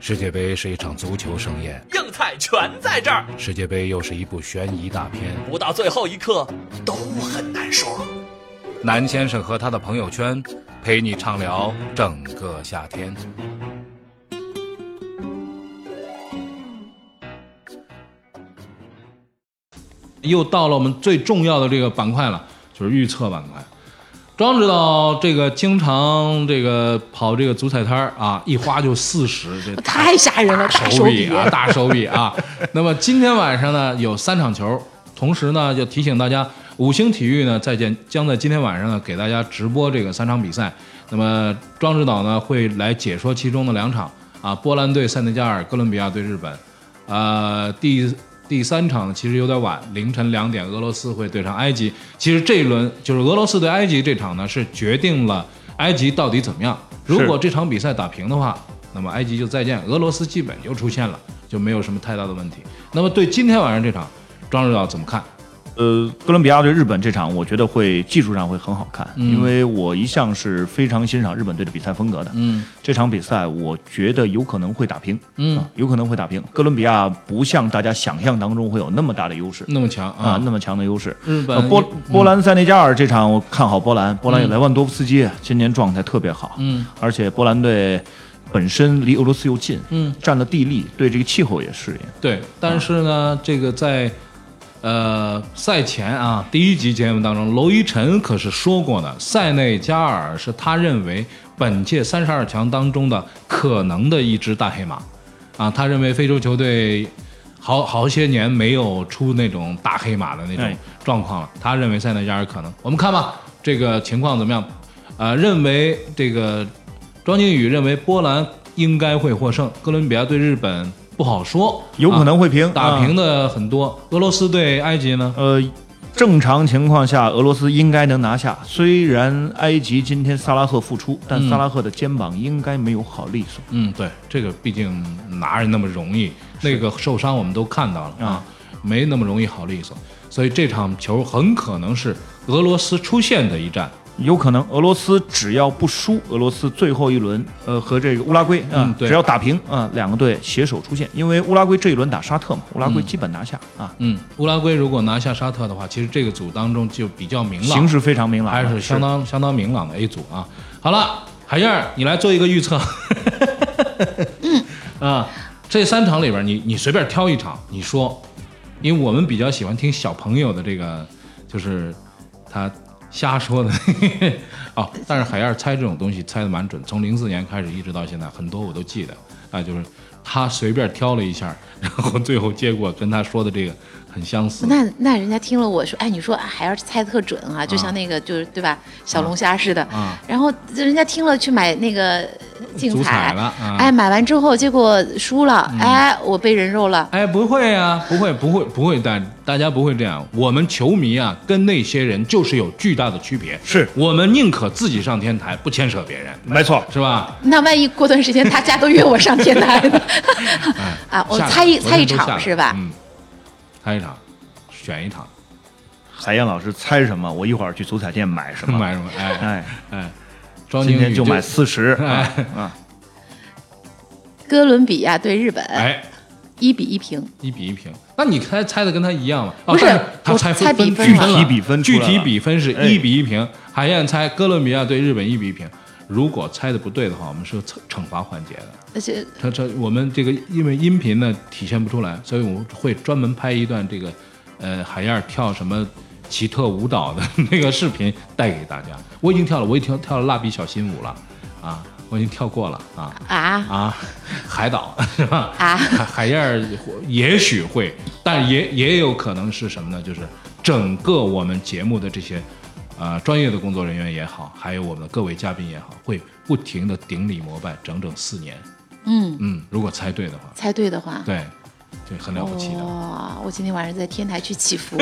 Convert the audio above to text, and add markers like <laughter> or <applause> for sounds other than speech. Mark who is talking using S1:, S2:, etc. S1: 世界杯是一场足球盛宴，
S2: 硬菜全在这儿，
S1: 世界杯又是一部悬疑大片。
S2: 不到最后一刻都很难说。
S1: 南先生和他的朋友圈，陪你畅聊整个夏天。
S3: 又到了我们最重要的这个板块了，就是预测板块。庄指导这个经常这个跑这个足彩摊儿啊，一花就四十，这
S4: 太吓人了，大
S3: 手
S4: 笔
S3: 笔啊， <laughs> 大手笔啊。那么今天晚上呢有三场球，同时呢要提醒大家，五星体育呢在见将在今天晚上呢给大家直播这个三场比赛。那么庄指导呢会来解说其中的两场啊，波兰对塞内加尔，哥伦比亚对日本。呃，第第三场其实有点晚，凌晨两点俄罗斯会对上埃及。其实这一轮就是俄罗斯对埃及这场呢，是决定了埃及到底怎么样。如果这场比赛打平的话，那么埃及就再见，俄罗斯基本就出现了，就没有什么太大的问题。那么对今天晚上这场，庄指导怎么看？
S5: 呃，哥伦比亚对日本这场，我觉得会技术上会很好看，
S3: 嗯
S5: 因为我一向是非常欣赏日本队的比赛风格的。
S3: 嗯
S5: 这场比赛我觉得有可能会打平，
S3: 嗯
S5: 啊，有可能会打平。哥伦比亚不像大家想象当中会有那么大的优势
S3: 那么强
S5: 啊
S3: 啊，，
S5: 那么强的优势。
S3: 日
S5: 呃
S3: 本
S5: 波波兰塞内加尔这场，我看好波兰。波兰有莱万多夫斯基，啊今年状态特别好，
S3: 嗯
S5: 而且波兰队本身离俄罗斯又近，
S3: 嗯，
S5: 占了地利，对这个气候也适应。
S3: 对，但是呢，这个在呃赛前啊第一集节目当中，娄一晨可是说过的，塞内加尔是他认为本届三十二强当中的可能的一只大黑马啊，他认为非洲球队。好好些年没有出那种大黑马的那种
S5: 哎
S3: 状况了，他认为塞内加尔可能，我们看吧，这个情况怎么样？呃，认为这个庄靖宇认为波兰应该会获胜，哥伦比亚对日本不好说，
S5: 有可能会平
S3: 啊打
S5: 啊
S3: 平的很多。俄罗斯对埃及呢？
S5: 呃，正常情况下，俄罗斯应该能拿下。虽然埃及今天萨拉赫复出，但
S3: 嗯
S5: 萨拉赫的肩膀应该没有好利索。
S3: 嗯，对，这个毕竟哪有那么容易？那个受伤我们都看到了啊
S5: 啊，
S3: 没那么容易好利索。所以这场球很可能是俄罗斯出线的一战。
S5: 有可能俄罗斯只要不输，俄罗斯最后一轮，呃，和这个乌拉圭啊、
S3: 嗯对
S5: 只要打平啊、两个队携手出线，因为乌拉圭这一轮打沙特嘛，乌拉圭
S3: 嗯
S5: 基本拿下、啊，
S3: 嗯，乌拉圭如果拿下沙特的话，其实这个组当中就比较明朗
S5: 形，势非常明朗了，
S3: 还是相当相当明朗的 A 组啊。好了，海燕儿，你来做一个预测。嗯， <laughs> 啊，这三场里边你，你随便挑一场，你说，因为我们比较喜欢听小朋友的这个，就是他瞎说的哦。但是海燕儿猜这种东西猜的蛮准，从零四年开始一直到现在，很多我都记得啊，就是。他随便挑了一下，然后最后结果跟他说的这个很相似。
S4: 那那人家听了我说，哎，你说啊海燕猜得特准啊，就
S3: 嗯
S4: 像那个就是对吧，小龙虾似的。嗯
S3: 啊
S4: 然后人家听了去买那个竞
S3: 嗯足彩
S4: 彩
S3: 了嗯啊
S4: 哎，买完之后结果输了，哎，我被人肉了。
S3: 哎，不会啊，不会，不会，不会，大大家不会这样。我们球迷啊，跟那些人就是有巨大的区别。
S5: 是
S3: 我们宁可自己上天台，不牵扯别人，
S5: 没错。
S3: 是吧？
S4: 那万一过段时间大家都约我上天台
S3: <laughs>
S4: 呢？啊，我
S3: 下
S4: 猜一
S3: 昨
S4: 猜一
S3: 天都下
S4: 场
S3: 哎了
S4: 是吧？
S3: 嗯，猜一场，选一场，
S5: 海燕老师猜什么？我一会儿去足彩店买什么？
S3: 买什么？哎
S5: 哎，
S3: 哎，庄
S5: 今
S3: 靖
S5: 天
S3: 宇
S5: 就买四十、啊
S3: 哎
S5: 啊，
S4: 哥伦比亚对日本
S3: 哎，
S4: 一比一平，
S3: 一比一平。那你猜猜的跟他一样吗？哦
S4: 不是
S3: 但他
S4: 哎我
S3: 猜
S4: 猜
S3: 分
S4: 比分
S3: 具体
S4: 了
S5: 具体比分出
S3: 具
S5: 来了
S3: 体比分是
S5: 哎
S3: 一比一平。海燕猜哥伦比亚对日本一比一平。如果猜的不对的话，我们是有惩惩罚环节的。
S4: 而且
S3: 他这我们这个因为音频呢体现不出来，所以我们会专门拍一段这个，呃，海燕儿跳什么奇特舞蹈的那个视频带给大家。我已经跳了，我已经跳了蜡笔小新舞了，啊，我已经跳过了啊
S4: 啊
S3: 啊，海岛是吧？
S4: 啊
S3: 海海燕儿也许会，但也也有可能是什么呢？就是整个我们节目的这些，呃，专业的工作人员也好，还有我们的各位嘉宾也好，会不停的顶礼膜拜整整四年。
S4: 嗯，
S3: 嗯，如果猜对的话，
S4: 猜对的话，
S3: 对，对，很了不起的。
S4: 哇，我今天晚上在天台去祈福。